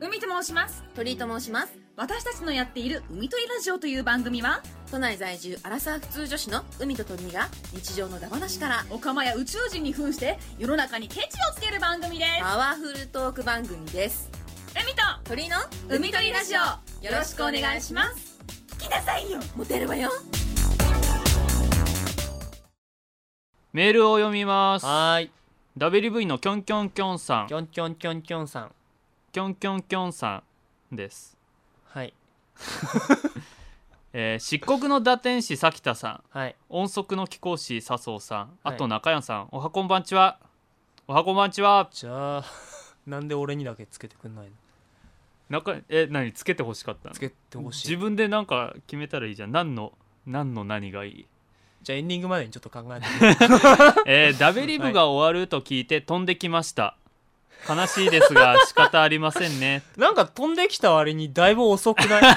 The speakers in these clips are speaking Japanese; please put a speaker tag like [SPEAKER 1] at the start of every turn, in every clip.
[SPEAKER 1] 海と申します
[SPEAKER 2] 鳥居と申します
[SPEAKER 1] 私たちのやっている海鳥ラジオという番組は
[SPEAKER 2] 都内在住アラサー普通女子の海と鳥居が日常のダバなしから
[SPEAKER 1] オカマや宇宙人に扮して世の中にケチをつける番組で
[SPEAKER 2] パワフルトーク番組で
[SPEAKER 1] す
[SPEAKER 2] す
[SPEAKER 1] 海と
[SPEAKER 2] 鳥居の
[SPEAKER 1] 海鳥ラジオよろしくお願いします聞きなさいよ
[SPEAKER 2] モテるわよ
[SPEAKER 3] メールを読みます
[SPEAKER 4] はーい。
[SPEAKER 3] WV のキョンキョンキョンさん
[SPEAKER 4] きょんきょんきょんきょんさん。
[SPEAKER 3] キョンキョンキョンさんです、
[SPEAKER 4] はい。
[SPEAKER 3] えー漆黒の打天使咲田さん
[SPEAKER 4] はい。
[SPEAKER 3] 音速の貴公子笹生さんあ
[SPEAKER 4] はい
[SPEAKER 3] と中山さん、おはこんばんちはおはこんばんちは
[SPEAKER 4] じゃあ、 なんで俺にだけつけてくんないの
[SPEAKER 3] 中え何つけてほしかったの
[SPEAKER 4] つけてほし
[SPEAKER 3] 自
[SPEAKER 4] い。
[SPEAKER 3] 分でなんか決めたらいいじゃん何の何の何がいい
[SPEAKER 4] じゃあエンディングまでにちょっと考えて。
[SPEAKER 3] えーダベリブが終わると聞いて飛んできました悲しいです が仕方ありませんね
[SPEAKER 4] なんか飛んできた割にだいぶ遅く ない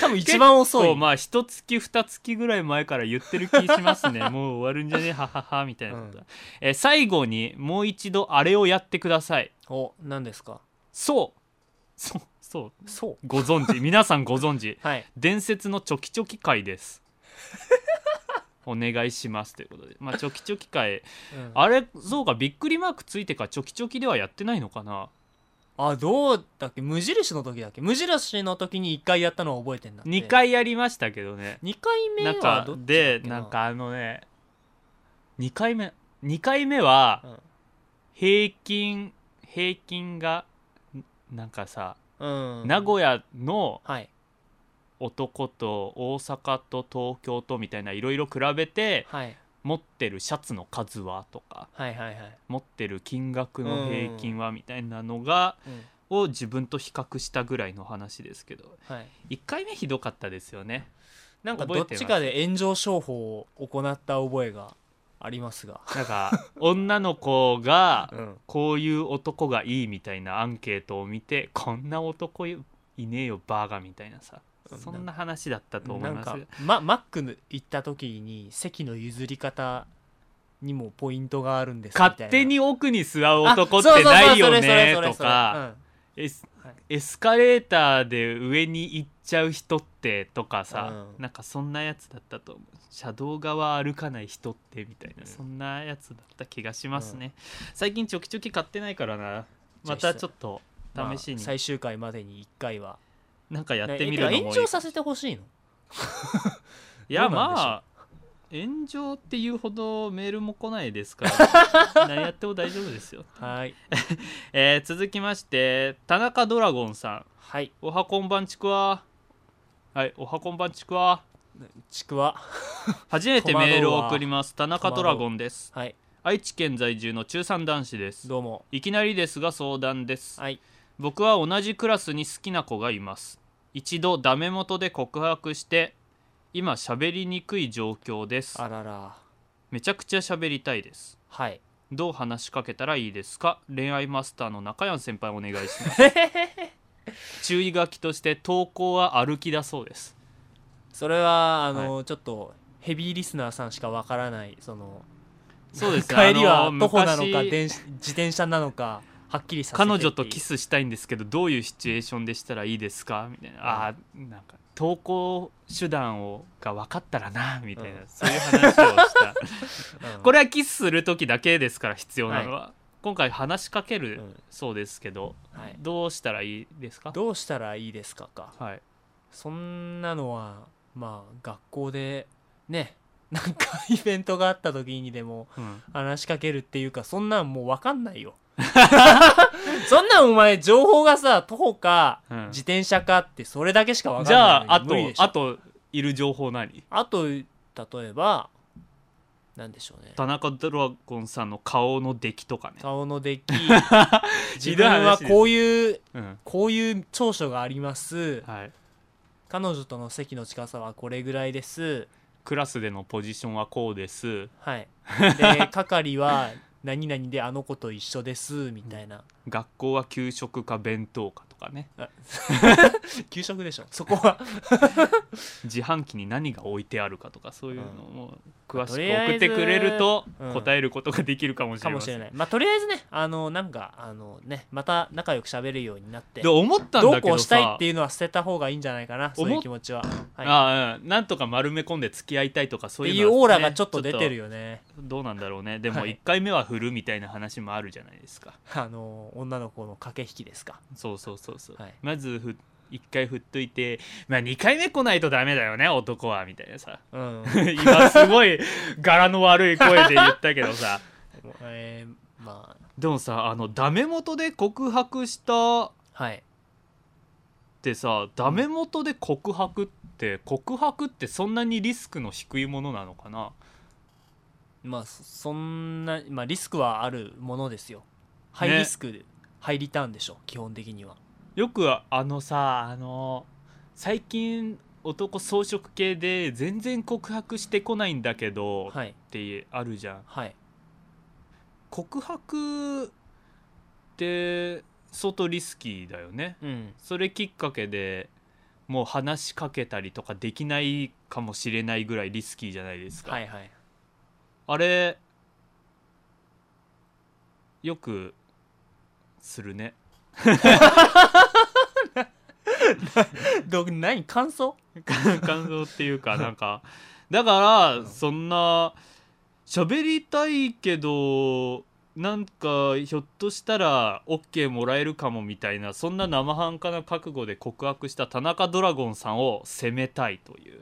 [SPEAKER 4] 多分一番遅
[SPEAKER 3] そう
[SPEAKER 4] い。
[SPEAKER 3] まあ一月二月ぐらい前から言ってる気します ねもう終わるんじゃねえはははみたいなこと、
[SPEAKER 4] うん
[SPEAKER 3] えー最後にもう一度あれをやってください
[SPEAKER 4] お、何ですか
[SPEAKER 3] そうそうそう
[SPEAKER 4] そう。
[SPEAKER 3] ご存知皆さんご存知
[SPEAKER 4] はい。
[SPEAKER 3] 伝説のチョキチョキ会です お願いしますということでまあチョキチョキ会
[SPEAKER 4] うんあ
[SPEAKER 3] あれそうかびっくりマークついてからチョキチョキではやってないのかな
[SPEAKER 4] どうだっけ無印の時だっけ無印の時に一回やったのは覚えてんだって。
[SPEAKER 3] 2。回やりましたけどね
[SPEAKER 4] 二回目
[SPEAKER 3] なん
[SPEAKER 4] は
[SPEAKER 3] か
[SPEAKER 4] どっちだっけ
[SPEAKER 3] でなん、かあのね2回目2回目は
[SPEAKER 4] うん
[SPEAKER 3] 平均平均がんなんかさ、
[SPEAKER 4] うん。
[SPEAKER 3] 名古屋の
[SPEAKER 4] はい。
[SPEAKER 3] 男と大阪と東京とみたいないろいろ比べて
[SPEAKER 4] はい。
[SPEAKER 3] 持ってるシャツの数はとか
[SPEAKER 4] はいはいはい。
[SPEAKER 3] 持ってる金額の平均はみたいなのが、
[SPEAKER 4] うん
[SPEAKER 3] を自分と比較したぐらいの話ですけど
[SPEAKER 4] はい。
[SPEAKER 3] 1回目ひどかったですよね
[SPEAKER 4] なんか
[SPEAKER 3] 覚
[SPEAKER 4] ど
[SPEAKER 3] え
[SPEAKER 4] って
[SPEAKER 3] ます
[SPEAKER 4] ちかで炎上商法を行った覚えがありますが。
[SPEAKER 3] なんか女の子が
[SPEAKER 4] うん。
[SPEAKER 3] こういう男がいいみたいなアンケートを見てこんな男いねえよバーガーみたいなさそんな話だったと思
[SPEAKER 4] ないん
[SPEAKER 3] ます
[SPEAKER 4] か、ま、マックの行った時に席の譲り方にもポイントがあるんですみたいな
[SPEAKER 3] 勝手に奥に座る男って
[SPEAKER 4] あそうそうそう
[SPEAKER 3] ないよ
[SPEAKER 4] それ
[SPEAKER 3] ね
[SPEAKER 4] それそれ
[SPEAKER 3] とかエス
[SPEAKER 4] はい
[SPEAKER 3] エスカレーターで上に行っちゃう人ってとかさ、
[SPEAKER 4] うん
[SPEAKER 3] なんかそんなやつだったと思う車道側歩かない人ってみたいな、
[SPEAKER 4] うん
[SPEAKER 3] そんなやつだった気がしますね、最近ちょきちょき買ってないからなまたちょっと
[SPEAKER 4] うんまあ
[SPEAKER 3] 試しに
[SPEAKER 4] 最終回までに1回は
[SPEAKER 3] なんかやってみ
[SPEAKER 4] ね
[SPEAKER 3] るのもいい
[SPEAKER 4] てか炎上させてほしいの
[SPEAKER 3] いや
[SPEAKER 4] どうなんでしょう
[SPEAKER 3] まあ炎上っていうほどメールも来ないですから何やっても大丈夫ですよ、
[SPEAKER 4] はい
[SPEAKER 3] えー続きまして田中ドラゴンさん
[SPEAKER 4] はい
[SPEAKER 3] おはこんばんちくわはいおはこんばんちくわ
[SPEAKER 4] ちくわ
[SPEAKER 3] 初めて
[SPEAKER 4] 戸惑うわ
[SPEAKER 3] メールを送ります田中ドラゴンです
[SPEAKER 4] はい
[SPEAKER 3] 愛知県在住の中3男子です
[SPEAKER 4] どうも
[SPEAKER 3] いきなりですが相談です
[SPEAKER 4] はい
[SPEAKER 3] 僕は同じクラスに好きな子がいます一度ダメ元で告白して今喋りにくい状況です
[SPEAKER 4] あらら
[SPEAKER 3] めちゃくちゃ喋りたいです
[SPEAKER 4] はい
[SPEAKER 3] どう話しかけたらいいですか恋愛マスターの中山先輩お願いします 注意書きとして投稿は歩きだそうです
[SPEAKER 4] それはあの、ちょっとヘビーリスナーさんしかわからないその
[SPEAKER 3] そうですね
[SPEAKER 4] 帰り
[SPEAKER 3] あ
[SPEAKER 4] は
[SPEAKER 3] の
[SPEAKER 4] 徒歩なのか
[SPEAKER 3] 昔
[SPEAKER 4] 電自転車なのかはっきりさせてってい
[SPEAKER 3] 彼
[SPEAKER 4] う
[SPEAKER 3] 女とキスしたいんですけどどういうシチュエーションでしたらいいですかみたいな、ああーなんか投稿手段をが分かったらなみたいな、
[SPEAKER 4] うん
[SPEAKER 3] そういう話を した
[SPEAKER 4] うん
[SPEAKER 3] これはキスする時だけですから必要なのは、今回話しかける
[SPEAKER 4] うん
[SPEAKER 3] そうですけど、
[SPEAKER 4] はい
[SPEAKER 3] どうしたらいいですか
[SPEAKER 4] どうしたらいいですかか
[SPEAKER 3] はい
[SPEAKER 4] そんなのはまあ学校でね なんかイベントがあった時にでも
[SPEAKER 3] うん
[SPEAKER 4] 話しかけるっていうかそんなんもう分かんな いよそんなんお前情報がさ徒歩か
[SPEAKER 3] うん
[SPEAKER 4] 自転車かってそれだけしか分か
[SPEAKER 3] じ
[SPEAKER 4] ん
[SPEAKER 3] ゃ
[SPEAKER 4] ない
[SPEAKER 3] ああ
[SPEAKER 4] の
[SPEAKER 3] と
[SPEAKER 4] に無理でしょ
[SPEAKER 3] あといる情報何
[SPEAKER 4] あと例えばなんでしょうね
[SPEAKER 3] 田中ドラゴンさんの顔の出来とかね、
[SPEAKER 4] 顔の 出来自
[SPEAKER 3] ひどい
[SPEAKER 4] 分は
[SPEAKER 3] 話です
[SPEAKER 4] こういう
[SPEAKER 3] うん
[SPEAKER 4] こういう長所があります
[SPEAKER 3] はい、
[SPEAKER 4] 彼女との席の近さはこれぐらいです
[SPEAKER 3] クラスでのポジションはこうです
[SPEAKER 4] はい。で、係は何々であの子と一緒ですみたいな。
[SPEAKER 3] 学校は給食か弁当かとかかね
[SPEAKER 4] 給食でしょそ こは
[SPEAKER 3] 自販機に何が置いてあるかとかそういうのも詳し
[SPEAKER 4] と
[SPEAKER 3] く
[SPEAKER 4] りあえず
[SPEAKER 3] 送ってくれると
[SPEAKER 4] うん
[SPEAKER 3] 答えることができるかもし
[SPEAKER 4] か
[SPEAKER 3] れ
[SPEAKER 4] も
[SPEAKER 3] ま
[SPEAKER 4] し
[SPEAKER 3] せ
[SPEAKER 4] れ
[SPEAKER 3] ん
[SPEAKER 4] ないまあとりあえずねあのなんかあのねまた仲良く喋るようになって
[SPEAKER 3] で思ったん
[SPEAKER 4] どう
[SPEAKER 3] だけ
[SPEAKER 4] こ
[SPEAKER 3] ど
[SPEAKER 4] うしたい
[SPEAKER 3] さ
[SPEAKER 4] っていうのは捨てた方がいいんじゃないかなそういう気持ちは、はい、っ
[SPEAKER 3] ああうんなんとか丸め込んで付き合いたいとかそう
[SPEAKER 4] て
[SPEAKER 3] いう
[SPEAKER 4] い
[SPEAKER 3] の
[SPEAKER 4] う
[SPEAKER 3] はね
[SPEAKER 4] オーラがちょっと出てるよね
[SPEAKER 3] ちょっとどうなんだろうねでも
[SPEAKER 4] はい
[SPEAKER 3] 1回目は振るみたいな話もあるじゃないですか
[SPEAKER 4] あの女の子の駆け引きですか
[SPEAKER 3] そうそうそうそう、
[SPEAKER 4] はい
[SPEAKER 3] まずふ1回振っといて、まあ、2回目来ないとダメだよね男はみたいなさ
[SPEAKER 4] うん
[SPEAKER 3] 今すごい柄の悪い声で言ったけど さ
[SPEAKER 4] えー、まあ
[SPEAKER 3] でもさあのダメ元で告白したっ
[SPEAKER 4] はい
[SPEAKER 3] てさダメ元で告白って告白ってそんなにリスクの低いものなのかな
[SPEAKER 4] まあそそんな、まあ、リスクはあるものですよハイ
[SPEAKER 3] ね
[SPEAKER 4] リスク、ハイリターンでしょ基本的には
[SPEAKER 3] よくあのさあの最近男草食系で全然告白してこないんだけど、
[SPEAKER 4] はい
[SPEAKER 3] ってあるじゃん
[SPEAKER 4] はい
[SPEAKER 3] 告白って相当リスキーだよね
[SPEAKER 4] うん
[SPEAKER 3] それきっかけでもう話しかけたりとかできないかもしれないぐらいリスキーじゃないですか、
[SPEAKER 4] はいはい
[SPEAKER 3] あれよくするね
[SPEAKER 4] ど何感想
[SPEAKER 3] 感動っていうかなんかだから、
[SPEAKER 4] うん
[SPEAKER 3] そんな喋りたいけどなんかひょっとしたら OK もらえるかもみたいなそんな生半可な覚悟で告白した田中ドラゴンさんを責めたいという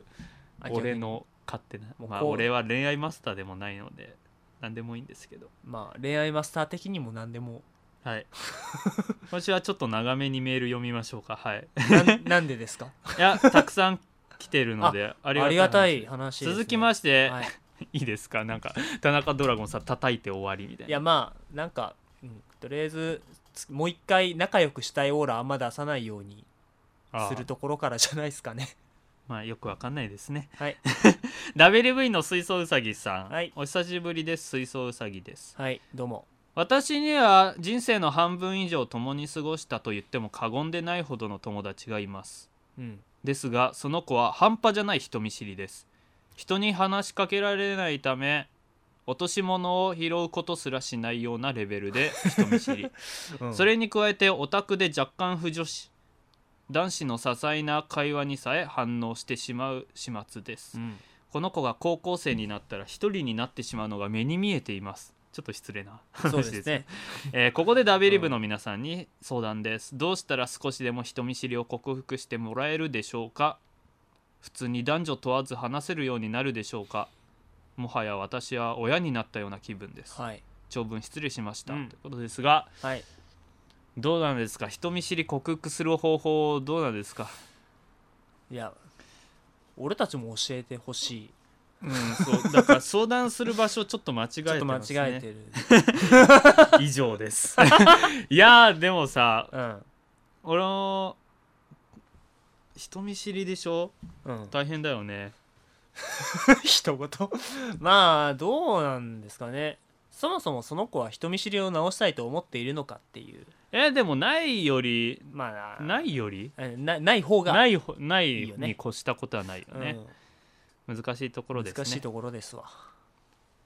[SPEAKER 4] あ逆に
[SPEAKER 3] 俺の勝手な
[SPEAKER 4] もう
[SPEAKER 3] まあ
[SPEAKER 4] こう
[SPEAKER 3] 俺は恋愛マスターでもないので何でもいいんですけど
[SPEAKER 4] まあ恋愛マスター的にも何でも
[SPEAKER 3] はい 今週はちょっと長めにメール読みましょうかはい
[SPEAKER 4] なん なんでですか
[SPEAKER 3] いやたくさん来てるのであ
[SPEAKER 4] あ
[SPEAKER 3] りがたい
[SPEAKER 4] りがたい話ですね
[SPEAKER 3] 続きまして、
[SPEAKER 4] はい、
[SPEAKER 3] いいですかなんか田中ドラゴンさん叩いて終わりみたい
[SPEAKER 4] い
[SPEAKER 3] な
[SPEAKER 4] やまあなんか、うん、とりあえずつもう一回仲良くしたいオーラあんま出さないように
[SPEAKER 3] ああ
[SPEAKER 4] するところからじゃないですかね
[SPEAKER 3] まあよくわかんないですね
[SPEAKER 4] はい
[SPEAKER 3] WV の水槽うさぎさん、
[SPEAKER 4] はい
[SPEAKER 3] お久しぶりです水槽うさぎです
[SPEAKER 4] はいどうも
[SPEAKER 3] 私には人生の半分以上共に過ごしたと言っても過言でないほどの友達がいます
[SPEAKER 4] うん
[SPEAKER 3] ですがその子は半端じゃない人見知りです人に話しかけられないため落とし物を拾うことすらしないようなレベルで人見知りそれに加えてオタクで若干不女子男子の些細な会話にさえ反応してしまう始末です、
[SPEAKER 4] うん
[SPEAKER 3] この子が高校生になったら一人になってしまうのが目に見えていますちょっと失礼な話
[SPEAKER 4] そうですね
[SPEAKER 3] えーここでダビリブの皆さんに相談です、どうしたら少しでも人見知りを克服してもらえるでしょうか普通に男女問わず話せるようになるでしょうかもはや私は親になったような気分です、
[SPEAKER 4] はい
[SPEAKER 3] 長文失礼しました、
[SPEAKER 4] うん
[SPEAKER 3] ということですが
[SPEAKER 4] はい
[SPEAKER 3] どうなんですか人見知り克服する方法どうなんですか
[SPEAKER 4] いや俺たちも教えてほしい
[SPEAKER 3] うんそうだから相談する場所ちょっと間違え
[SPEAKER 4] ちょってと間
[SPEAKER 3] ま
[SPEAKER 4] 違
[SPEAKER 3] すね
[SPEAKER 4] えてる、
[SPEAKER 3] 以上です いやーでもさ
[SPEAKER 4] うん
[SPEAKER 3] 俺も人見知りでしょ
[SPEAKER 4] う ん、
[SPEAKER 3] 大変だよね
[SPEAKER 4] 一言 まあどうなんですかねそもそもその子は人見知りを直したいと思っているのかっていう
[SPEAKER 3] えーでもないより
[SPEAKER 4] まあ
[SPEAKER 3] ないより
[SPEAKER 4] えなない方が
[SPEAKER 3] ないほない
[SPEAKER 4] いいよね
[SPEAKER 3] に越したことはないよね難しいとこ
[SPEAKER 4] う
[SPEAKER 3] ろ
[SPEAKER 4] ん
[SPEAKER 3] ですね
[SPEAKER 4] 難しいところですわ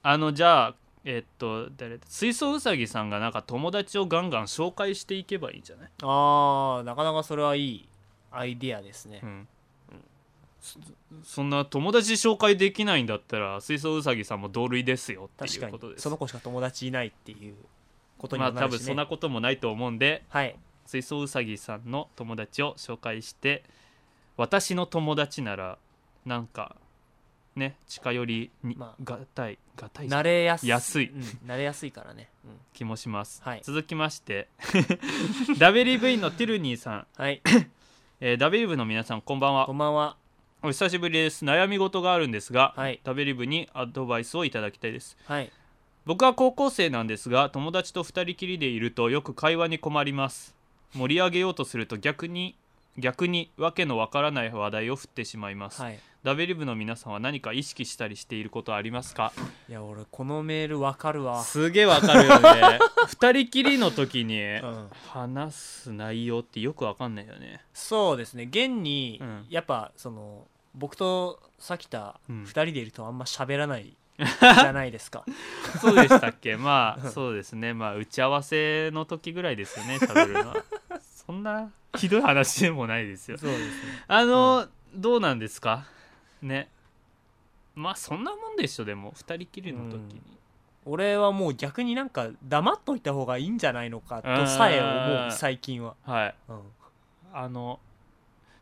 [SPEAKER 3] あのじゃあえっと誰だ水槽うさぎさんがなんか友達をガンガン紹介していけばいいんじゃない
[SPEAKER 4] あーなかなかそれはいいアイディアですね、
[SPEAKER 3] うん、そそんな友達紹介できないんだったら水槽うさぎさんも同類ですよって
[SPEAKER 4] 確
[SPEAKER 3] い
[SPEAKER 4] か
[SPEAKER 3] うこと
[SPEAKER 4] に
[SPEAKER 3] です
[SPEAKER 4] その子しか友達いないっていうことに
[SPEAKER 3] ま
[SPEAKER 4] も
[SPEAKER 3] あ
[SPEAKER 4] な
[SPEAKER 3] 多
[SPEAKER 4] る
[SPEAKER 3] 分
[SPEAKER 4] し、ね
[SPEAKER 3] そんなこともないと思うんで
[SPEAKER 4] はい
[SPEAKER 3] 水槽うさぎさんの友達を紹介して私の友達ならなんかね近寄りに、
[SPEAKER 4] まあ
[SPEAKER 3] がたいがたい
[SPEAKER 4] 慣れやす
[SPEAKER 3] 安い
[SPEAKER 4] うん、慣れやすいからね、うん
[SPEAKER 3] 気もします、
[SPEAKER 4] はい
[SPEAKER 3] 続きまして WV のティルニーさん、
[SPEAKER 4] はい
[SPEAKER 3] えー、WV 部の皆さんこんばんは
[SPEAKER 4] こんばんは
[SPEAKER 3] お久しぶりです悩み事があるんですが、
[SPEAKER 4] はい
[SPEAKER 3] ダベリブにアドバイスをいただきたいです
[SPEAKER 4] はい
[SPEAKER 3] 僕は高校生なんですが友達と2人きりでいるとよく会話に困ります盛り上げようとすると逆に逆にわけのわからない話題を振ってしまいます、
[SPEAKER 4] はい
[SPEAKER 3] ダベリブの皆さんは何か意識したりしていることありますか
[SPEAKER 4] いや俺このメールわかるわ
[SPEAKER 3] すげえわかるよね 二人きりの時に
[SPEAKER 4] うん
[SPEAKER 3] 話す内容ってよくわかんないよね
[SPEAKER 4] そうですね現に、
[SPEAKER 3] うん
[SPEAKER 4] やっぱその僕とさきた
[SPEAKER 3] うん
[SPEAKER 4] 2人でいるとあんま喋らないじゃないです か
[SPEAKER 3] そうでしたっけまあそうですねまあ打ち合わせの時ぐらいですよね喋るのはそんなひどい話でもないですよ
[SPEAKER 4] そうですね
[SPEAKER 3] あの、どうなんですかねまあそんなもんでしょでも二人きりの時に、
[SPEAKER 4] 俺はもう逆になんか黙っといた方がいいんじゃないのかとさえ思
[SPEAKER 3] あー
[SPEAKER 4] う最近は、
[SPEAKER 3] はい
[SPEAKER 4] うん
[SPEAKER 3] あの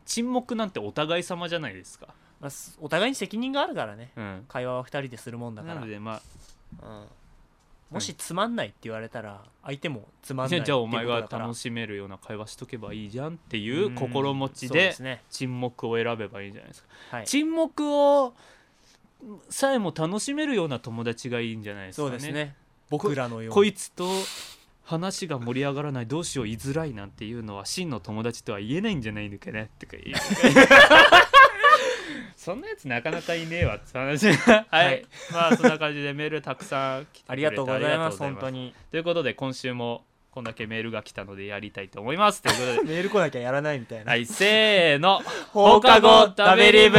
[SPEAKER 3] 沈黙なんてお互い様じゃないですか
[SPEAKER 4] まあ、すお互いに責任があるからね
[SPEAKER 3] うん
[SPEAKER 4] 会話は2人でするもんだか
[SPEAKER 3] な
[SPEAKER 4] ら
[SPEAKER 3] のでま
[SPEAKER 4] うんもしつまんないって言われたら相手もつま
[SPEAKER 3] あ
[SPEAKER 4] んない
[SPEAKER 3] じ
[SPEAKER 4] っ
[SPEAKER 3] ゃ
[SPEAKER 4] て
[SPEAKER 3] じゃあお前
[SPEAKER 4] こ
[SPEAKER 3] が
[SPEAKER 4] とだから
[SPEAKER 3] 楽しめるような会話しとけばいいじゃんっていう
[SPEAKER 4] ん
[SPEAKER 3] 心持ち
[SPEAKER 4] そうで
[SPEAKER 3] です
[SPEAKER 4] ね
[SPEAKER 3] 沈黙を選べばいいじゃないですか
[SPEAKER 4] はい
[SPEAKER 3] 沈黙をさえも楽しめるような友達がいいんじゃないですか
[SPEAKER 4] そう
[SPEAKER 3] ね
[SPEAKER 4] ですね僕らのように
[SPEAKER 3] こいつと話が盛り上がらないどうしよう言いづらいなんていうのは真の友達とは言えないんじゃないのかね ってか言うそんなやつなかなかいねえわって話 はい、
[SPEAKER 4] はい
[SPEAKER 3] まあそんな感じでメールたくさん来てくれて
[SPEAKER 4] ありがとうございます本当
[SPEAKER 3] に
[SPEAKER 4] に
[SPEAKER 3] ということで今週もこんだけメールが来たのでやりたいと思いますということで
[SPEAKER 4] メール来なきゃやらないみたいな、
[SPEAKER 3] はい、せーの
[SPEAKER 4] 放課後食べリブ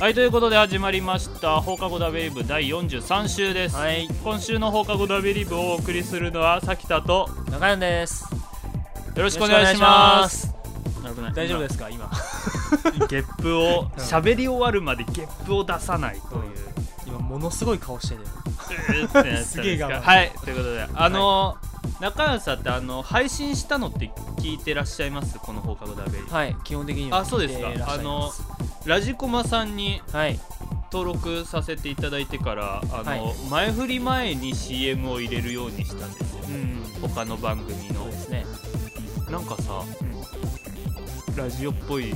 [SPEAKER 3] はいということで始まりました放課後食べリブ第43週です、
[SPEAKER 4] はい
[SPEAKER 3] 今週の放課後食べリブをお送りするのはさきたと
[SPEAKER 4] 中山です
[SPEAKER 3] よろしくお願いします
[SPEAKER 4] よろしく
[SPEAKER 3] 危
[SPEAKER 4] お願いし
[SPEAKER 3] ない
[SPEAKER 4] ます大丈夫ですか今
[SPEAKER 3] ゲップを喋り終わるまでゲップを出さないという、
[SPEAKER 4] 今ものすごい顔してる
[SPEAKER 3] うーってなってたんです
[SPEAKER 4] すげえ
[SPEAKER 3] が
[SPEAKER 4] 我慢
[SPEAKER 3] はいということであの、中川さんってあの配信したのって聞いてらっしゃいますこの放課後ダベリ、
[SPEAKER 4] はい基本的に
[SPEAKER 3] あそうですかあのラジコマさんに
[SPEAKER 4] はい
[SPEAKER 3] 登録させていただいてからあの、
[SPEAKER 4] はい
[SPEAKER 3] 前振り前に CM を入れるようにしたんですよ、
[SPEAKER 4] うん
[SPEAKER 3] 他の番組
[SPEAKER 4] そ
[SPEAKER 3] の
[SPEAKER 4] うですね
[SPEAKER 3] なんかさ、ラジオっぽい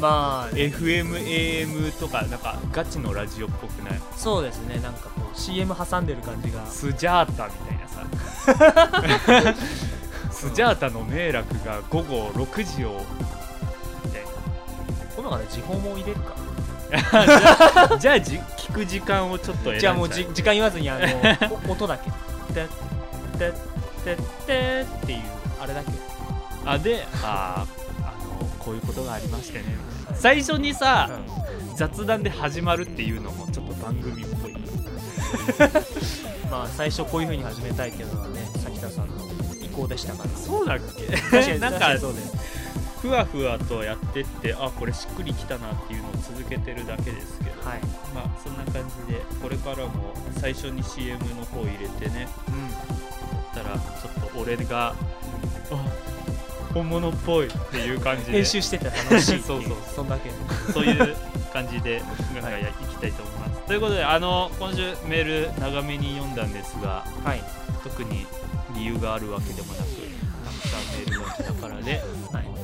[SPEAKER 4] まあ
[SPEAKER 3] FMAM とかなんかガチのラジオっぽくない
[SPEAKER 4] そうですねなんかこう CM 挟んでる感じが
[SPEAKER 3] スジャータみたいなさ スジャータの迷惑が午後6時をみたい
[SPEAKER 4] 今度から時報も入れるか
[SPEAKER 3] なじゃあじ聞く時間をちょっと選ん
[SPEAKER 4] じゃあもうじ時間言わずに あのお音だけててててっていうあれだけ
[SPEAKER 3] あであーあのこういうことがありましてね最初にさ、雑談で始まるっていうのもちょっと番組っぽい
[SPEAKER 4] まあ最初こういう風に始めたいっていうのはね咲田さんの意向でしたから
[SPEAKER 3] そうだっ
[SPEAKER 4] 確か
[SPEAKER 3] け
[SPEAKER 4] に
[SPEAKER 3] なん
[SPEAKER 4] 確か
[SPEAKER 3] か
[SPEAKER 4] にそうだよ
[SPEAKER 3] ふわふわとやってってあこれしっくりきたなっていうのを続けてるだけですけど
[SPEAKER 4] はい、
[SPEAKER 3] まあそんな感じでこれからも最初に CM の方入れてねだったらちょっと俺があ本物っぽいっていう感じで
[SPEAKER 4] 編集してて楽しいってい
[SPEAKER 3] そうそう
[SPEAKER 4] そんだけ
[SPEAKER 3] そういう感じ でガンガンやっていきたいと思います、ということであの今週メール長めに読んだんですが
[SPEAKER 4] はい
[SPEAKER 3] 特に理由があるわけでもなくたくさんメールが来たからで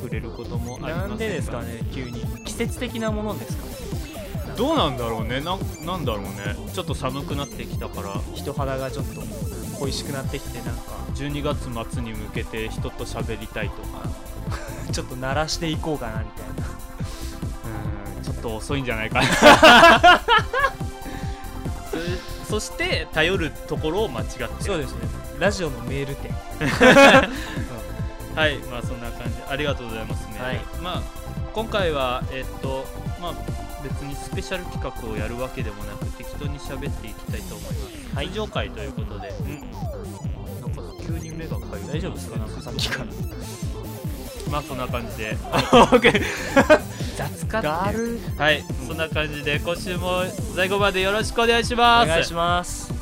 [SPEAKER 3] 触れることもありませんが
[SPEAKER 4] なんでですかね急に季節的なものですかね
[SPEAKER 3] どうなんだろうねななんだろうねちょっと寒くなってきたから
[SPEAKER 4] 人肌がちょっと恋しくなってきてなんか
[SPEAKER 3] 12月末に向けて人と喋りたいとか
[SPEAKER 4] ちょっと鳴らしていこうかなみたいな
[SPEAKER 3] うんちょっと遅いんじゃないかな そそして頼るところを間違ってる
[SPEAKER 4] すねラジオのメール店
[SPEAKER 3] はいまあそんな感じありがとうございますね、
[SPEAKER 4] はい
[SPEAKER 3] まあ今回はえっとまあ別にスペシャル企画をやるわけでもなく適当に喋っていきたいと思います、
[SPEAKER 4] はい
[SPEAKER 3] 通常回ということで、なんか急に目がかゆい
[SPEAKER 4] 大丈夫ですかなんかさっきから
[SPEAKER 3] まあそんな感じ で雑かっていう
[SPEAKER 4] ル
[SPEAKER 3] はい、そんな感じで今週も最後までよろしくお願いし
[SPEAKER 4] お
[SPEAKER 3] ます。
[SPEAKER 4] 願いします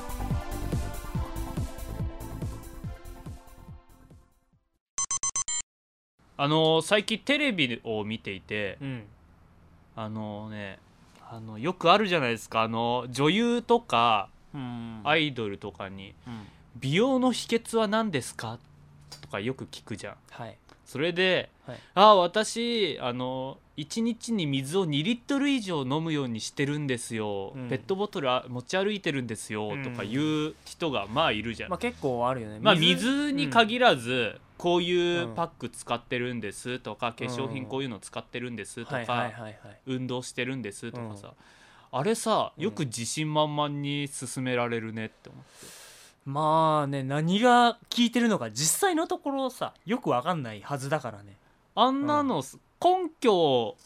[SPEAKER 3] あのー最近テレビを見ていて、
[SPEAKER 4] うん
[SPEAKER 3] あのね、あのよくあるじゃないですか、あの女優とか
[SPEAKER 4] うん
[SPEAKER 3] ア
[SPEAKER 4] い、
[SPEAKER 3] イドルとかに
[SPEAKER 4] うん
[SPEAKER 3] 美容の秘訣は何ですかとかよく聞くじゃん。
[SPEAKER 4] はい
[SPEAKER 3] それで、
[SPEAKER 4] はい
[SPEAKER 3] ああ私あの1日に水を2リットル以上飲むようにしてるんですよ、
[SPEAKER 4] うん
[SPEAKER 3] ペットボトルあ持ち歩いてるんですよ、
[SPEAKER 4] うん
[SPEAKER 3] とかいう人がまあいるじゃん、
[SPEAKER 4] まあ結構あるよね
[SPEAKER 3] まあ、水に限らずこういううんパック使ってるんですとか化粧品
[SPEAKER 4] うん
[SPEAKER 3] こういうの使ってるんです
[SPEAKER 4] る
[SPEAKER 3] と
[SPEAKER 4] はいはい
[SPEAKER 3] か
[SPEAKER 4] はいはい
[SPEAKER 3] 運動してるんですとかさあれさよく自信満々に勧められるねって思って
[SPEAKER 4] まあね何が効いてるのか実際のところさよくわかんないはずだからね
[SPEAKER 3] あんなの根拠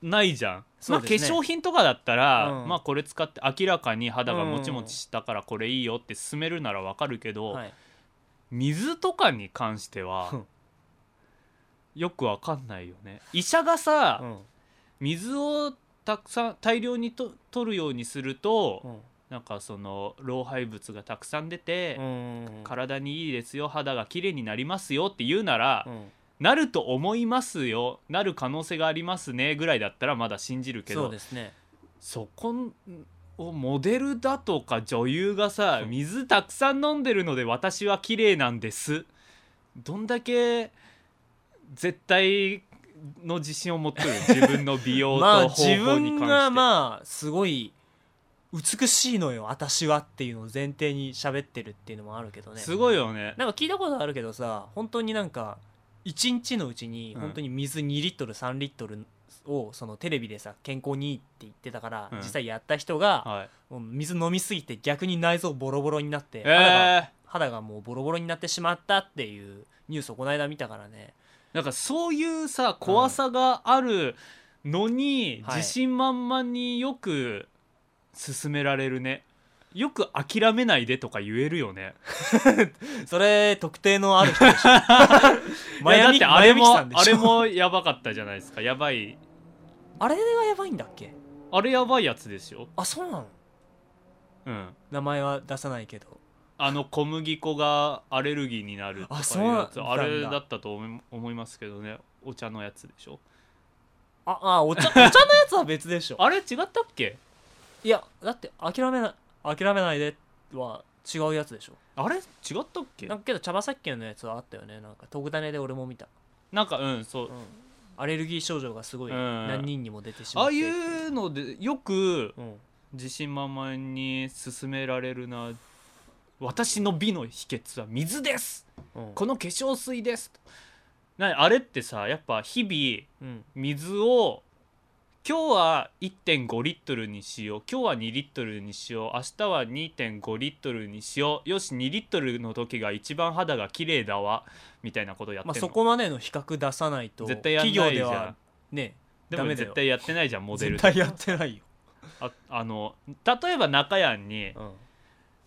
[SPEAKER 3] ないじゃん、ま
[SPEAKER 4] そ
[SPEAKER 3] あ
[SPEAKER 4] う
[SPEAKER 3] 化
[SPEAKER 4] ですね
[SPEAKER 3] 粧品とかだったら、
[SPEAKER 4] うん
[SPEAKER 3] まあこれ使って明らかに肌がもちもちしたからこれいいよって勧めるならわかるけど、
[SPEAKER 4] はい
[SPEAKER 3] 水とかに関しては
[SPEAKER 4] うん
[SPEAKER 3] よくわかんないよね医者がさ、
[SPEAKER 4] うん
[SPEAKER 3] 水をたくさん大量にと取るようにすると、
[SPEAKER 4] うん
[SPEAKER 3] なんかその老廃物がたくさん出て、
[SPEAKER 4] うん
[SPEAKER 3] 体にいいですよ肌が綺麗になりますよって言うなら、
[SPEAKER 4] うん
[SPEAKER 3] なると思いますよなる可能性がありますねぐらいだったらまだ信じるけ
[SPEAKER 4] そう
[SPEAKER 3] ど
[SPEAKER 4] ですね
[SPEAKER 3] そこをモデルだとか女優がさ
[SPEAKER 4] そう
[SPEAKER 3] 水たくさん飲んでるので私は綺麗なんですどんだけ絶対の自信を持 ってる自分の美容
[SPEAKER 4] まあ
[SPEAKER 3] と方法に関して
[SPEAKER 4] 自、分がまあすごい美しいのよ私はっていうのを前提に喋ってるっていうのもあるけどね
[SPEAKER 3] すごいよね
[SPEAKER 4] なんか聞いたことあるけどさ本当になんか1日のうちに
[SPEAKER 3] うん
[SPEAKER 4] 本当に水2リットル3リットルをそのテレビでさ健康にいいって言ってたから、
[SPEAKER 3] うん
[SPEAKER 4] 実際やった人が、
[SPEAKER 3] はい
[SPEAKER 4] もう水飲みすぎて逆に内臓ボロボロになって、肌が
[SPEAKER 3] え
[SPEAKER 4] 肌がもうボロボロになってしまったっていうニュースをこの間見たからね
[SPEAKER 3] ー、なんかそういうさ怖さがあるのに、
[SPEAKER 4] はい
[SPEAKER 3] 自信満々によく勧められるねよく諦めないでとか言えるよね
[SPEAKER 4] それ特定のある人でしょマ
[SPEAKER 3] いや
[SPEAKER 4] ヤ
[SPEAKER 3] だっ
[SPEAKER 4] ミ
[SPEAKER 3] てあれ
[SPEAKER 4] マヤミキ
[SPEAKER 3] も
[SPEAKER 4] さんでしょ
[SPEAKER 3] あれもやばかったじゃないですかやばい
[SPEAKER 4] あれがやばいんだっけ
[SPEAKER 3] あれやばいやつでしょ
[SPEAKER 4] あそうなの
[SPEAKER 3] うん
[SPEAKER 4] 名前は出さないけど
[SPEAKER 3] あの小麦粉がアレルギーになるとか
[SPEAKER 4] あそう
[SPEAKER 3] いう
[SPEAKER 4] なん
[SPEAKER 3] やつ
[SPEAKER 4] だ
[SPEAKER 3] あれだったと思い思いますけどねお茶のやつでしょ
[SPEAKER 4] ああお茶お茶のやつは別 でしょ
[SPEAKER 3] あれ違ったっけ
[SPEAKER 4] いやだって諦めない諦めないでは違うやつでしょ
[SPEAKER 3] あれ違ったっけ
[SPEAKER 4] なんかけど茶羽殺菌のやつはあったよねなんか特ダネで俺も見た、
[SPEAKER 3] なんかうんそう
[SPEAKER 4] うん、アレルギー症状がすごい
[SPEAKER 3] うん
[SPEAKER 4] 何人にも出てしま
[SPEAKER 3] あ
[SPEAKER 4] っ
[SPEAKER 3] あ
[SPEAKER 4] て
[SPEAKER 3] い
[SPEAKER 4] いう
[SPEAKER 3] うのでよく
[SPEAKER 4] うん、
[SPEAKER 3] 自信満々に勧められるな私の美の秘訣は水です
[SPEAKER 4] うん
[SPEAKER 3] この化粧水ですなあれってさやっぱ日々
[SPEAKER 4] うん
[SPEAKER 3] 水を今日は1.5リットルにしよう今日は2リットルにしよう明日は2.5リットルにしようよし2リットルの時が一番肌が綺麗だわみたいなことやってん
[SPEAKER 4] まあ、
[SPEAKER 3] の、
[SPEAKER 4] そこまでの比較出さないと
[SPEAKER 3] 絶対やんないじゃん
[SPEAKER 4] 企業ではね
[SPEAKER 3] で
[SPEAKER 4] ダ
[SPEAKER 3] も
[SPEAKER 4] メだよ
[SPEAKER 3] 絶対やってないじゃんモデル
[SPEAKER 4] 絶対やってないよ、
[SPEAKER 3] ああの例えば中谷に
[SPEAKER 4] うん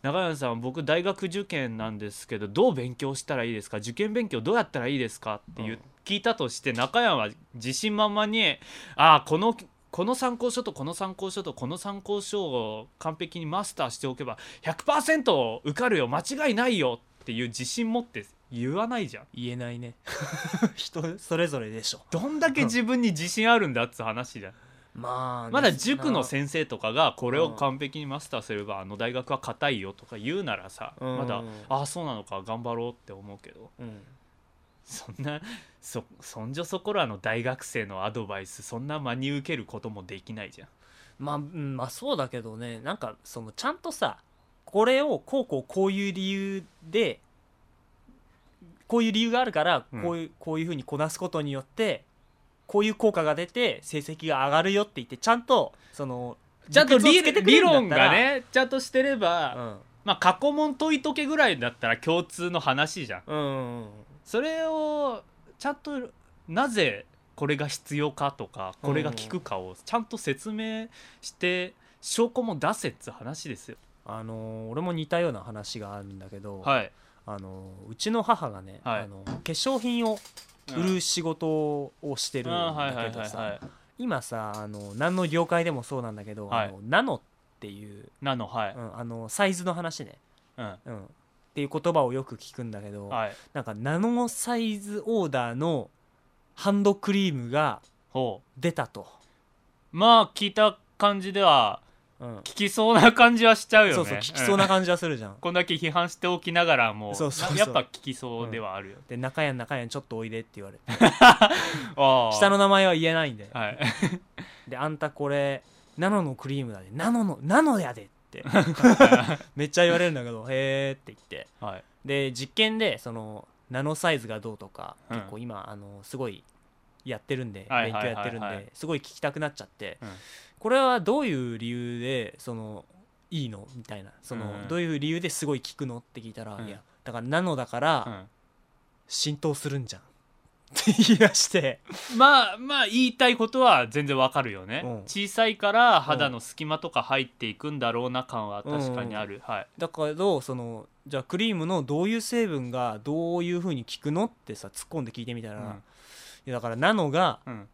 [SPEAKER 3] 中山さん僕大学受験なんですけどどう勉強したらいいですか受験勉強どうやったらいいですかっていう、
[SPEAKER 4] うん
[SPEAKER 3] 聞いたとして中山は自信満々に「ああこのこの参考書とこの参考書とこの参考書を完璧にマスターしておけば100%受かるよ間違いないよ」っていう自信持って言わないじゃん。
[SPEAKER 4] 言えないね 人それぞれでしょ
[SPEAKER 3] どんだけ自分に自信あるんだっつう話じゃん
[SPEAKER 4] まあね
[SPEAKER 3] まだ塾の先生とかがこれを完璧にマスターすればあの大学は硬いよとか言うならさ
[SPEAKER 4] うん
[SPEAKER 3] まだああそうなのか頑張ろうって思うけど
[SPEAKER 4] うん
[SPEAKER 3] そんなそそんじょそこらの大学生のアドバイスそんな真に受けることもできないじゃん
[SPEAKER 4] まあ、うんまあそうだけどねなんかそのちゃんとさこれをこうこうこういう理由でこういう理由があるから
[SPEAKER 3] うん
[SPEAKER 4] こういう、こういうふうにこなすことによってこういう効果が出て成績が上がるよって言ってちゃんとその
[SPEAKER 3] ちゃんと
[SPEAKER 4] 理
[SPEAKER 3] 理
[SPEAKER 4] 屈をつけてくれ
[SPEAKER 3] 理
[SPEAKER 4] る
[SPEAKER 3] 論
[SPEAKER 4] んだったら
[SPEAKER 3] がねちゃんとしてれば、
[SPEAKER 4] うん
[SPEAKER 3] まあ過去問解いとけぐらいだったら共通の話じゃん
[SPEAKER 4] うんうんうん
[SPEAKER 3] それをちゃんとなぜこれが必要かとかこれが効くかをちゃんと説明して証拠も出せっつう話ですよ
[SPEAKER 4] あのー俺も似たような話があるんだけど、
[SPEAKER 3] はい
[SPEAKER 4] あのーうちの母がね、
[SPEAKER 3] はい
[SPEAKER 4] あの化粧品を売る仕事をしてるん
[SPEAKER 3] あーはいは
[SPEAKER 4] だ
[SPEAKER 3] い
[SPEAKER 4] け
[SPEAKER 3] は
[SPEAKER 4] ど
[SPEAKER 3] い
[SPEAKER 4] さ、
[SPEAKER 3] はい
[SPEAKER 4] 今さあの何の業界でもそうなんだけど、
[SPEAKER 3] はい
[SPEAKER 4] あのナノっていう、
[SPEAKER 3] なのはい
[SPEAKER 4] うん、あのサイズの話ね、
[SPEAKER 3] うん
[SPEAKER 4] うん、っていう言葉をよく聞くんだけど、
[SPEAKER 3] はい
[SPEAKER 4] なんかナノサイズオーダーのハンドクリームが
[SPEAKER 3] ほう
[SPEAKER 4] 出たと、
[SPEAKER 3] まあ聞いた感じでは
[SPEAKER 4] うん
[SPEAKER 3] 聞きそうな感じはしちゃうよね
[SPEAKER 4] そうそう聞きそうな感じはするじゃん、
[SPEAKER 3] こんだけ批判しておきながらも
[SPEAKER 4] そうそうそう
[SPEAKER 3] やっぱ聞きそうではあるよ、
[SPEAKER 4] で中屋中屋ちょっとおいでって言われて
[SPEAKER 3] ああ
[SPEAKER 4] 下の名前は言えないんで
[SPEAKER 3] はい
[SPEAKER 4] であんたこれナノのクリームだねナノのナノやでって めっちゃ言われるんだけどへーって言って
[SPEAKER 3] はい
[SPEAKER 4] で実験でそのナノサイズがどうとか、
[SPEAKER 3] うん
[SPEAKER 4] 結構今あのすごいやってるんで、
[SPEAKER 3] はいはいはいはい
[SPEAKER 4] 勉強やってるんですごい聞きたくなっちゃって、
[SPEAKER 3] うん
[SPEAKER 4] これはどういう理由でそのいいのみたいなその、
[SPEAKER 3] うん
[SPEAKER 4] どういう理由ですごい聞くのって聞いたら、
[SPEAKER 3] うん
[SPEAKER 4] いやだからナノだから、
[SPEAKER 3] うん
[SPEAKER 4] 浸透するんじゃんって言い出して
[SPEAKER 3] まあまあ言いたいことは全然わかるよね、
[SPEAKER 4] うん
[SPEAKER 3] 小さいから肌の隙間とか入っていくんだろうな感は確かにある、はい
[SPEAKER 4] だけどそのじゃあクリームのどういう成分がどういうふうに効くのってさ突っ込んで聞いてみたら、
[SPEAKER 3] うん
[SPEAKER 4] いやだからナノが
[SPEAKER 3] うん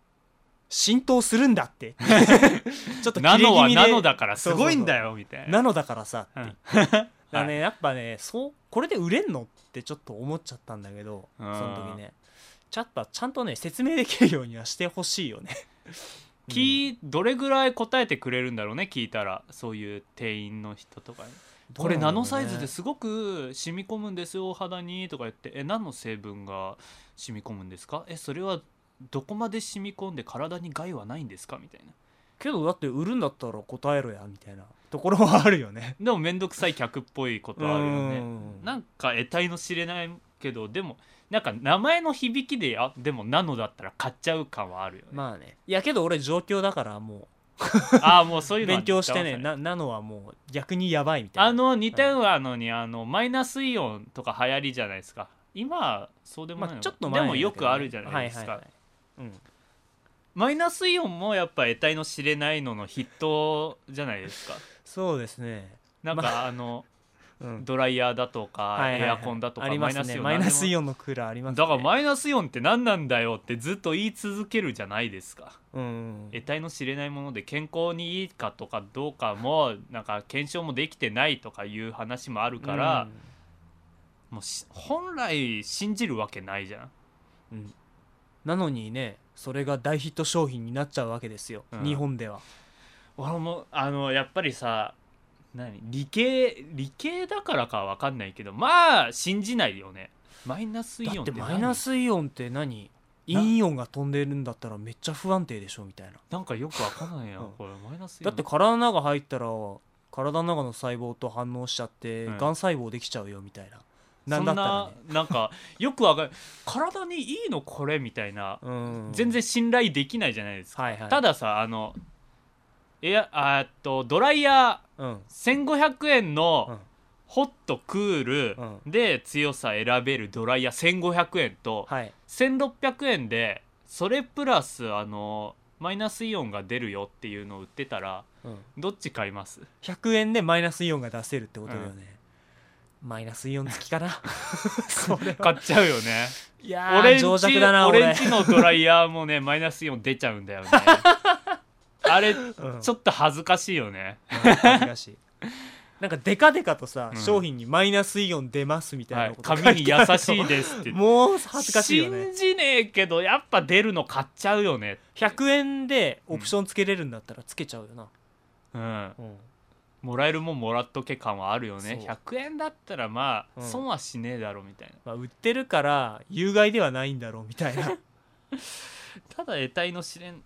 [SPEAKER 4] 浸透するんだって ちょっと切
[SPEAKER 3] ナ
[SPEAKER 4] れ気
[SPEAKER 3] ノは
[SPEAKER 4] 味で
[SPEAKER 3] ナノだからすごいんだよみたいな
[SPEAKER 4] ナノだからさって、
[SPEAKER 3] うん
[SPEAKER 4] だからね、やっぱねそうこれで売れんのってちょっと思っちゃったんだけどそ
[SPEAKER 3] うん
[SPEAKER 4] の時ねちょっとちゃんとね説明できるようにはしてほしい よね
[SPEAKER 3] 聞いどれぐらい答えてくれるんだろうね聞いたらそういう店員の人とかにこれナノサイズですすごく染み込むんですよお肌にとか言ってえ何の成分が染み込むんですかえそれはどこまで染み込んで体に害はないんですかみたいな
[SPEAKER 4] けどだって売るんだったら答えろやみたいなところはあるよね
[SPEAKER 3] でも面倒くさい客っぽいことはあるよね
[SPEAKER 4] うん
[SPEAKER 3] なんか得体の知れないけどでもなんか名前の響きであでもナノだったら買っちゃう感はあるよね、
[SPEAKER 4] まあねいやけど俺上京だからも
[SPEAKER 3] ああもうそういう
[SPEAKER 4] う
[SPEAKER 3] のは
[SPEAKER 4] 勉強して
[SPEAKER 3] 騙
[SPEAKER 4] ね
[SPEAKER 3] され
[SPEAKER 4] ななのはもう逆にやばいみたいな
[SPEAKER 3] あの似たようなのに、あのマイナスイオンとか流行りじゃないですか今そうでもないのか、
[SPEAKER 4] まあ、ちょっと前
[SPEAKER 3] で
[SPEAKER 4] なんだ
[SPEAKER 3] も
[SPEAKER 4] けど
[SPEAKER 3] よ
[SPEAKER 4] ね
[SPEAKER 3] くあるじゃないですか、
[SPEAKER 4] はははうん
[SPEAKER 3] マイナスイオンもやっぱ得体の知れないのの筆頭じゃないですか
[SPEAKER 4] そうですね、
[SPEAKER 3] なんか、
[SPEAKER 4] ま
[SPEAKER 3] あ、の
[SPEAKER 4] うん
[SPEAKER 3] ドライヤーだとか、
[SPEAKER 4] はいはいはい
[SPEAKER 3] エアコンだとか
[SPEAKER 4] ありますねマイナスイオンのクーラーありますね
[SPEAKER 3] だからマイナスイオンって何なんだよってずっと言い続けるじゃないですか
[SPEAKER 4] うん
[SPEAKER 3] 得体の知れないもので健康にいいかとかどうかもなんか検証もできてないとかいう話もあるから、もうし本来信じるわけないじゃん
[SPEAKER 4] うん、うんなのにねそれが大ヒット商品になっちゃうわけですよ、
[SPEAKER 3] うん
[SPEAKER 4] 日本では
[SPEAKER 3] 俺もあのやっぱりさ何理系理系だからかわかんないけどまあ信じないよねマイナスイ
[SPEAKER 4] だ
[SPEAKER 3] オン
[SPEAKER 4] っ
[SPEAKER 3] って
[SPEAKER 4] て
[SPEAKER 3] 何
[SPEAKER 4] マイナスイオンって何
[SPEAKER 3] な
[SPEAKER 4] イオンが飛んでるんだったらめっちゃ不安定でしょみたいな
[SPEAKER 3] なんかよくわかんないやん、
[SPEAKER 4] うん
[SPEAKER 3] これマイナスイオ
[SPEAKER 4] だ
[SPEAKER 3] ン
[SPEAKER 4] って体の中入ったら体の中の細胞と反応しちゃって
[SPEAKER 3] うん
[SPEAKER 4] が、ん細胞できちゃうよみたいなな
[SPEAKER 3] そん
[SPEAKER 4] んだったら
[SPEAKER 3] な
[SPEAKER 4] ね
[SPEAKER 3] なんかよくわかん体にいいのこれみたいな、
[SPEAKER 4] うん
[SPEAKER 3] 全然信頼できないじゃないですか、
[SPEAKER 4] はいはい
[SPEAKER 3] たださあのエアあーっとドライヤ
[SPEAKER 4] うん
[SPEAKER 3] ー1500円
[SPEAKER 4] う
[SPEAKER 3] の
[SPEAKER 4] ん
[SPEAKER 3] ホットクールで強さ選べるドライヤー1500円と、
[SPEAKER 4] はい
[SPEAKER 3] 1600円でそれプラスあのマイナスイオンが出るよっていうのを売ってたら
[SPEAKER 4] うん
[SPEAKER 3] どっち買い ます
[SPEAKER 4] 100円でマイナスイオンが出せるってことだよね、マイナスイオン付き かなそれは
[SPEAKER 3] 買っちゃうよね
[SPEAKER 4] いやー
[SPEAKER 3] 俺んち
[SPEAKER 4] 情弱だな俺
[SPEAKER 3] 俺んちのドライヤーもねマイナスイオン出ちゃうんだ よねあれち
[SPEAKER 4] うん
[SPEAKER 3] ょっと恥ずかしいよね
[SPEAKER 4] 恥ずかしいなんかデカデカとさ、
[SPEAKER 3] うん
[SPEAKER 4] 商品にマイナスイオン出ますみた
[SPEAKER 3] はい
[SPEAKER 4] ないこと、
[SPEAKER 3] 髪に優しいですって
[SPEAKER 4] もう恥ずかしいよね
[SPEAKER 3] 信じねえけどやっぱ出るの買っちゃうよね
[SPEAKER 4] 100円でオプションつけれるんだったらつけちゃうよな、
[SPEAKER 3] うん
[SPEAKER 4] うん
[SPEAKER 3] もらえるもんもらっとけ感はあるよね
[SPEAKER 4] そう
[SPEAKER 3] 100円だったらまあ、
[SPEAKER 4] うん
[SPEAKER 3] 損はしねえだろみたいな
[SPEAKER 4] まあ、売ってるから有害ではないんだろうみたいな
[SPEAKER 3] ただ得体の知れん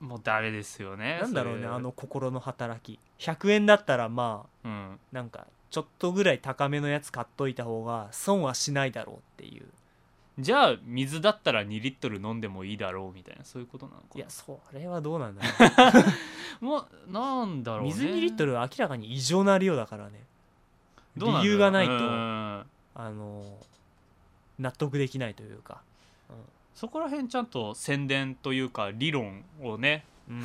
[SPEAKER 3] もうダメですよね
[SPEAKER 4] なんだろうね
[SPEAKER 3] それ
[SPEAKER 4] あの心の働き100円だったらま
[SPEAKER 3] う
[SPEAKER 4] あ
[SPEAKER 3] ん
[SPEAKER 4] なんかちょっとぐらい高めのやつ買っといた方が損はしないだろうっていう
[SPEAKER 3] じゃあ水だったら2リットル飲んでもいいだろうみたいなそういうことなのか
[SPEAKER 4] い
[SPEAKER 3] な
[SPEAKER 4] やそれはどうなんだろ
[SPEAKER 3] もうなんだ
[SPEAKER 4] う
[SPEAKER 3] ろうね
[SPEAKER 4] 水2リットルは明らかに異常な量だからね
[SPEAKER 3] どうなんだろう
[SPEAKER 4] 理由がないと
[SPEAKER 3] うん
[SPEAKER 4] あ のー納得できないというか、
[SPEAKER 3] そこら辺ちゃんと宣伝というか理論をね
[SPEAKER 4] うん、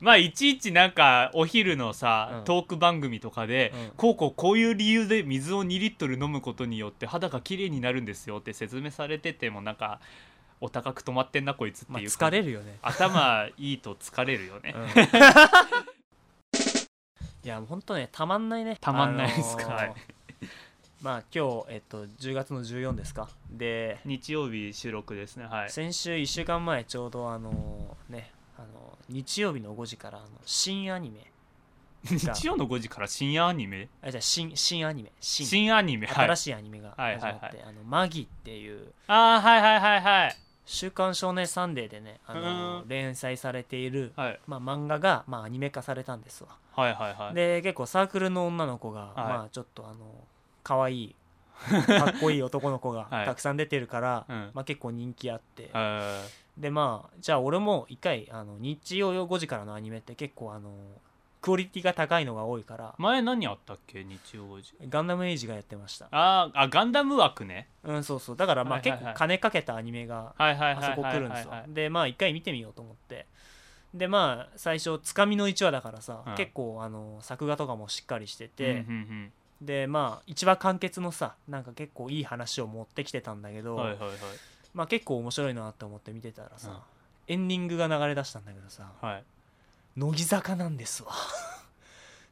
[SPEAKER 3] まあいちいちなんかお昼のさ、
[SPEAKER 4] うん
[SPEAKER 3] トーク番組とかで、
[SPEAKER 4] うん
[SPEAKER 3] こうこうこういう理由で水を2リットル飲むことによって肌が綺麗になるんですよって説明されててもなんかお高く止まってんなこいつっていう
[SPEAKER 4] まあ
[SPEAKER 3] 感じ
[SPEAKER 4] 疲れるよね、
[SPEAKER 3] 頭いいと疲れるよ ね、
[SPEAKER 4] いやほんとねたまんないね
[SPEAKER 3] たまんないですか
[SPEAKER 4] あのー
[SPEAKER 3] はい
[SPEAKER 4] まあ今日、えっと、10月の14ですかで
[SPEAKER 3] 日曜日収録ですねはい
[SPEAKER 4] 先週1週間前ちょうどあのーねあのー日曜日の5時からあの新アニメじゃあ
[SPEAKER 3] 日曜の5時から深夜アニメ
[SPEAKER 4] あじゃあ新新アニメ新
[SPEAKER 3] 新アニメはい
[SPEAKER 4] 新しいアニメが
[SPEAKER 3] はい
[SPEAKER 4] 始まって、
[SPEAKER 3] はい
[SPEAKER 4] あのマギっていう
[SPEAKER 3] ああはいはいはいはい
[SPEAKER 4] 「週刊少年サンデー」でねあ
[SPEAKER 3] う
[SPEAKER 4] の
[SPEAKER 3] ん
[SPEAKER 4] 連載されている、
[SPEAKER 3] はい
[SPEAKER 4] まあ、漫画が、まあ、アニメ化されたんですわ、
[SPEAKER 3] はいはいはい
[SPEAKER 4] で結構サークルの女の子が、
[SPEAKER 3] い
[SPEAKER 4] まあちょっとあの可 愛いかっこいい男の子が
[SPEAKER 3] はい
[SPEAKER 4] たくさん出てるから、
[SPEAKER 3] うん
[SPEAKER 4] まあ、結構人気あって、
[SPEAKER 3] え
[SPEAKER 4] でまあじゃあ俺も一回あの日曜夜5時からのアニメって結構あのクオリティが高いのが多いから、
[SPEAKER 3] ー前何あったっけ日曜5時
[SPEAKER 4] ガンダムエイジがやってました
[SPEAKER 3] あーあガンダム枠ね
[SPEAKER 4] うんそうそうだからまあ
[SPEAKER 3] はいはい
[SPEAKER 4] 結
[SPEAKER 3] はい
[SPEAKER 4] 構金かけたアニメが
[SPEAKER 3] はいはいはい
[SPEAKER 4] あそ
[SPEAKER 3] はい
[SPEAKER 4] こ
[SPEAKER 3] はい
[SPEAKER 4] 来るんですよ
[SPEAKER 3] はい
[SPEAKER 4] でまあ一回見てみようと思ってでまあ最初つかみの1話だからさ、
[SPEAKER 3] うん
[SPEAKER 4] 結構あの作画とかもしっかりしてて、
[SPEAKER 3] うんうん
[SPEAKER 4] でまあ一話完結のさなんか結構いい話を持ってきてたんだけ
[SPEAKER 3] う
[SPEAKER 4] ど、
[SPEAKER 3] んはいはいはい
[SPEAKER 4] まあ結構面白いなって思って見てたらさ、エンディングが流れ出したんだけどさ
[SPEAKER 3] はい
[SPEAKER 4] 乃木坂なんですわ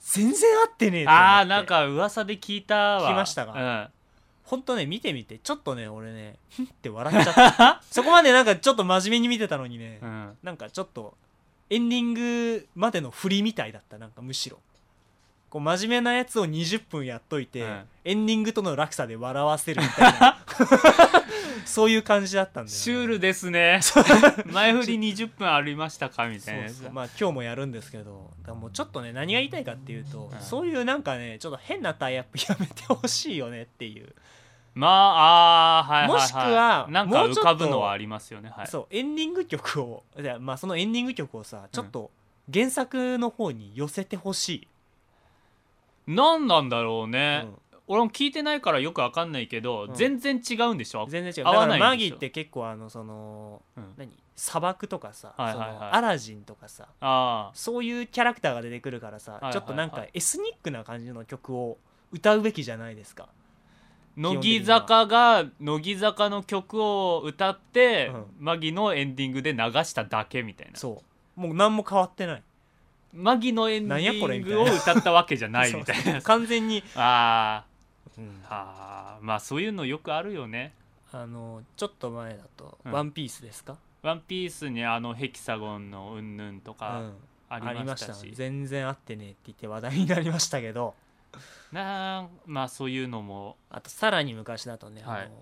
[SPEAKER 4] 全然合ってねえと思って
[SPEAKER 3] ああなんか噂で聞いたわ
[SPEAKER 4] 聞きました
[SPEAKER 3] うん
[SPEAKER 4] ほんとね見てみてちょっとね俺ねふんって笑っちゃった そこまでなんかちょっと真面目に見てたのにね、
[SPEAKER 3] うん
[SPEAKER 4] なんかちょっとエンディングまでの振りみたいだったなんかむしろこう真面目なやつを20分やっといて、
[SPEAKER 3] うん
[SPEAKER 4] エンディングとの落差で笑わせるみたい なそういう感じだったんだよ、ね、
[SPEAKER 3] シュールですね前振り20分ありましたかみたいなやつ
[SPEAKER 4] そうそうまあ今日もやるんですけどだからもうちょっとね何が言いたいかっていうと、
[SPEAKER 3] うん
[SPEAKER 4] そういうなんかねちょっと変なタイアップやめてほしいよねっていう、
[SPEAKER 3] まああーはいはい、はい、
[SPEAKER 4] もしくは
[SPEAKER 3] なんか
[SPEAKER 4] もうち
[SPEAKER 3] 浮
[SPEAKER 4] ょっと
[SPEAKER 3] かぶのはありますよねはい
[SPEAKER 4] そうエンディング曲をじゃあまあそのエンディング曲をさちょっと原作の方に寄せてほしい、
[SPEAKER 3] 何なんだろう
[SPEAKER 4] う
[SPEAKER 3] ね、
[SPEAKER 4] ん
[SPEAKER 3] 俺も聞いてないからよくわかんないけど、
[SPEAKER 4] うん
[SPEAKER 3] 全然違うんでしょ
[SPEAKER 4] 全然違う
[SPEAKER 3] 合
[SPEAKER 4] だ
[SPEAKER 3] わ
[SPEAKER 4] か
[SPEAKER 3] ないんで
[SPEAKER 4] ら
[SPEAKER 3] しょ
[SPEAKER 4] マギーって結構あのその
[SPEAKER 3] うん
[SPEAKER 4] 何砂漠とかさ、
[SPEAKER 3] はいはいはい
[SPEAKER 4] そのアラジンとかさ
[SPEAKER 3] あ
[SPEAKER 4] そういうキャラクターが出てくるから
[SPEAKER 3] い
[SPEAKER 4] さ、
[SPEAKER 3] はいはい
[SPEAKER 4] ちょっとなんかエスニックな感じの曲を歌うべきじゃないですか
[SPEAKER 3] ー乃木坂が乃木坂の曲を歌って、
[SPEAKER 4] うん
[SPEAKER 3] マギのエンディングで流しただけみたいな
[SPEAKER 4] そうもう何も変わってない
[SPEAKER 3] マギのエンデ
[SPEAKER 4] なんやこ
[SPEAKER 3] ィン
[SPEAKER 4] れみたい
[SPEAKER 3] グ
[SPEAKER 4] な
[SPEAKER 3] を歌ったわけじゃないみたい
[SPEAKER 4] そうそ
[SPEAKER 3] な
[SPEAKER 4] う完全に、
[SPEAKER 3] あーあーまあそういうのよくあるよね
[SPEAKER 4] あのちょっと前だと「
[SPEAKER 3] うん
[SPEAKER 4] ワンピースですか、
[SPEAKER 3] ワンピースにあのヘキサゴンのうんぬんと
[SPEAKER 4] うん
[SPEAKER 3] かありましたし、
[SPEAKER 4] 全然合ってねえって言って話題になりましたけど
[SPEAKER 3] なんまあそういうのも、
[SPEAKER 4] あとさらに昔だとね「
[SPEAKER 3] はい
[SPEAKER 4] あの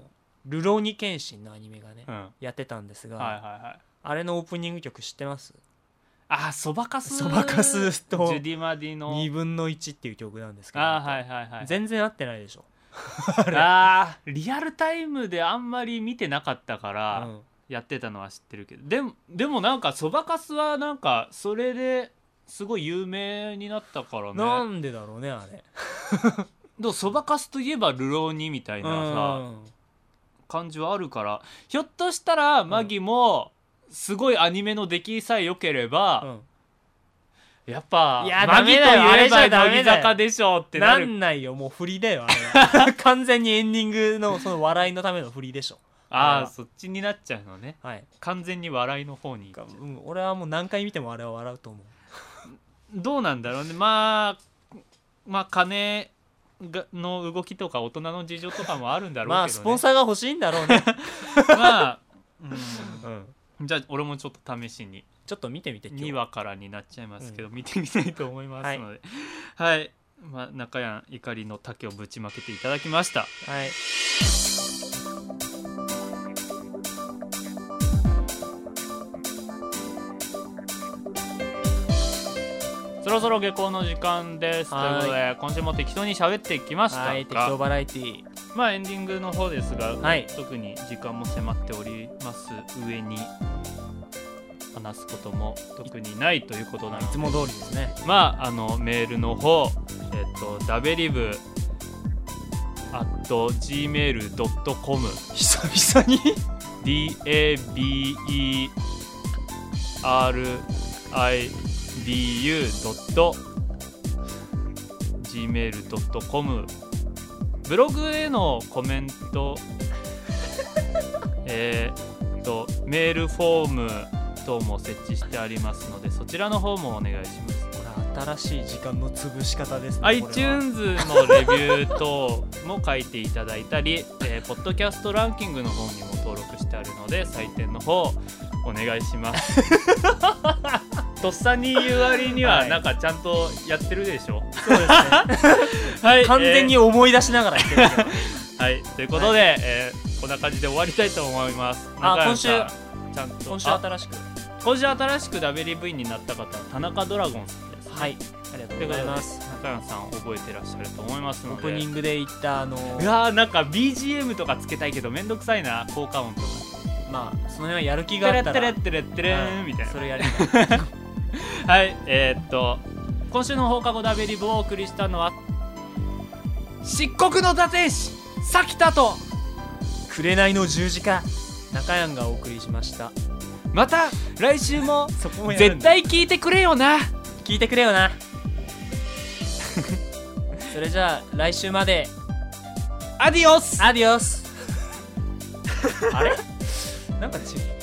[SPEAKER 4] ルローニケンシン」のアニメがね、
[SPEAKER 3] うん、はい
[SPEAKER 4] やってたんですが、
[SPEAKER 3] はいはい
[SPEAKER 4] あれのオープニング曲知ってます
[SPEAKER 3] あーそばかす
[SPEAKER 4] そばかす
[SPEAKER 3] ジ
[SPEAKER 4] と
[SPEAKER 3] ュディ・マディの
[SPEAKER 4] 2分の1っていう曲なんですけど、
[SPEAKER 3] あーはいはいはい
[SPEAKER 4] 全然合ってないでしょ、
[SPEAKER 3] あーリアルタイムであんまり見てなかったか
[SPEAKER 4] う
[SPEAKER 3] ら
[SPEAKER 4] ん、
[SPEAKER 3] やってたのは知ってるけどでもでもなんかそばかすはなんかそれですごい有名になったから
[SPEAKER 4] な
[SPEAKER 3] ね
[SPEAKER 4] んでだろうねあれ
[SPEAKER 3] でもそばかすといえば「流浪に」みたいなさ
[SPEAKER 4] うん
[SPEAKER 3] 感じはあるからひょっとしたらマギもすごいアニメの出来さえ良けれ
[SPEAKER 4] う
[SPEAKER 3] ば
[SPEAKER 4] ん
[SPEAKER 3] やっぱ
[SPEAKER 4] いや
[SPEAKER 3] マギとい
[SPEAKER 4] ダメだよあ
[SPEAKER 3] え
[SPEAKER 4] れじ
[SPEAKER 3] ば
[SPEAKER 4] ゃダ
[SPEAKER 3] 乃木
[SPEAKER 4] メだよ
[SPEAKER 3] 坂でしょってな
[SPEAKER 4] な
[SPEAKER 3] る
[SPEAKER 4] んないよもう振りだよあれ は完全にエンディングのその笑いのための振りでしょ
[SPEAKER 3] ああそっちになっちゃうのね
[SPEAKER 4] はい、
[SPEAKER 3] 完全に笑いの方に行っちゃう
[SPEAKER 4] うん、俺はもう何回見てもあれは笑うと思う
[SPEAKER 3] どうなんだろうねまあまあ金がの動きとか大人の事情とかもあるんだろうけど、ね、
[SPEAKER 4] まあスポン
[SPEAKER 3] ー
[SPEAKER 4] サーが欲しいんだろうね、
[SPEAKER 3] まあ、
[SPEAKER 4] うん、
[SPEAKER 3] うん、じゃあ俺もちょっと試しに
[SPEAKER 4] ちょっと見てみて今日
[SPEAKER 3] 2話からになっちゃいますけど、見てみたいと思いますのではい、まあ、中谷怒りの竹をぶちまけていただきました
[SPEAKER 4] はい
[SPEAKER 3] そろそろ下校の時間ですと
[SPEAKER 4] はい
[SPEAKER 3] いうことで今週も適当に喋ってきましたが、
[SPEAKER 4] はい適当バラエティー
[SPEAKER 3] まあエンディングの方ですが、
[SPEAKER 4] はい
[SPEAKER 3] 特に時間も迫っております上に話すことも特にないということなん
[SPEAKER 4] い
[SPEAKER 3] で
[SPEAKER 4] つも通りですね
[SPEAKER 3] まああのメールの方えっ、とダベリブ at gmail.com
[SPEAKER 4] 久々に
[SPEAKER 3] daberibu.gmail.com ブログへのコメントえーっとメールフォーム等も設置してありますのでそちらの方もお願いします
[SPEAKER 4] これ新しい時間の潰し方ですねこれは
[SPEAKER 3] iTunes のレビュー等も書いていただいたり、えーポッドキャストランキングの方に も登録してあるので採点の方お願いしますとっさに言う割には
[SPEAKER 4] はい
[SPEAKER 3] なんかちゃんとやってるでしょ
[SPEAKER 4] そうですね
[SPEAKER 3] はい
[SPEAKER 4] 完全に思い出しながら言ってるけど
[SPEAKER 3] えーはいということで、えーこんな感じで終わりたいと思います
[SPEAKER 4] あ
[SPEAKER 3] 中谷さんちゃんと
[SPEAKER 4] 今週
[SPEAKER 3] あ
[SPEAKER 4] 新しく
[SPEAKER 3] 今週新しく WV になった方は田中ドラゴンさんです、
[SPEAKER 4] はいありがとうございます
[SPEAKER 3] 中谷さん覚えてらっしゃると思います
[SPEAKER 4] オ
[SPEAKER 3] ので
[SPEAKER 4] ープニングで言ったあの
[SPEAKER 3] いやーなんか BGM とかつけたいけどめんどくさいな効果音とか
[SPEAKER 4] まあその辺はやる気
[SPEAKER 3] テ
[SPEAKER 4] があ
[SPEAKER 3] レ
[SPEAKER 4] った
[SPEAKER 3] テ
[SPEAKER 4] ら
[SPEAKER 3] レテレテレーンみたいな
[SPEAKER 4] それやり
[SPEAKER 3] はいえーっと今週の放課後ダベリブをお送りしたのは漆黒の堕天使さきたと
[SPEAKER 4] 「紅の十字架」中山がお送りしました
[SPEAKER 3] また来週も
[SPEAKER 4] そこもやる
[SPEAKER 3] 絶
[SPEAKER 4] んだ
[SPEAKER 3] 対聞いてくれよな
[SPEAKER 4] 聞いてくれよなそれじゃあ来週まで
[SPEAKER 3] アディオス
[SPEAKER 4] アディオスあれなんか違う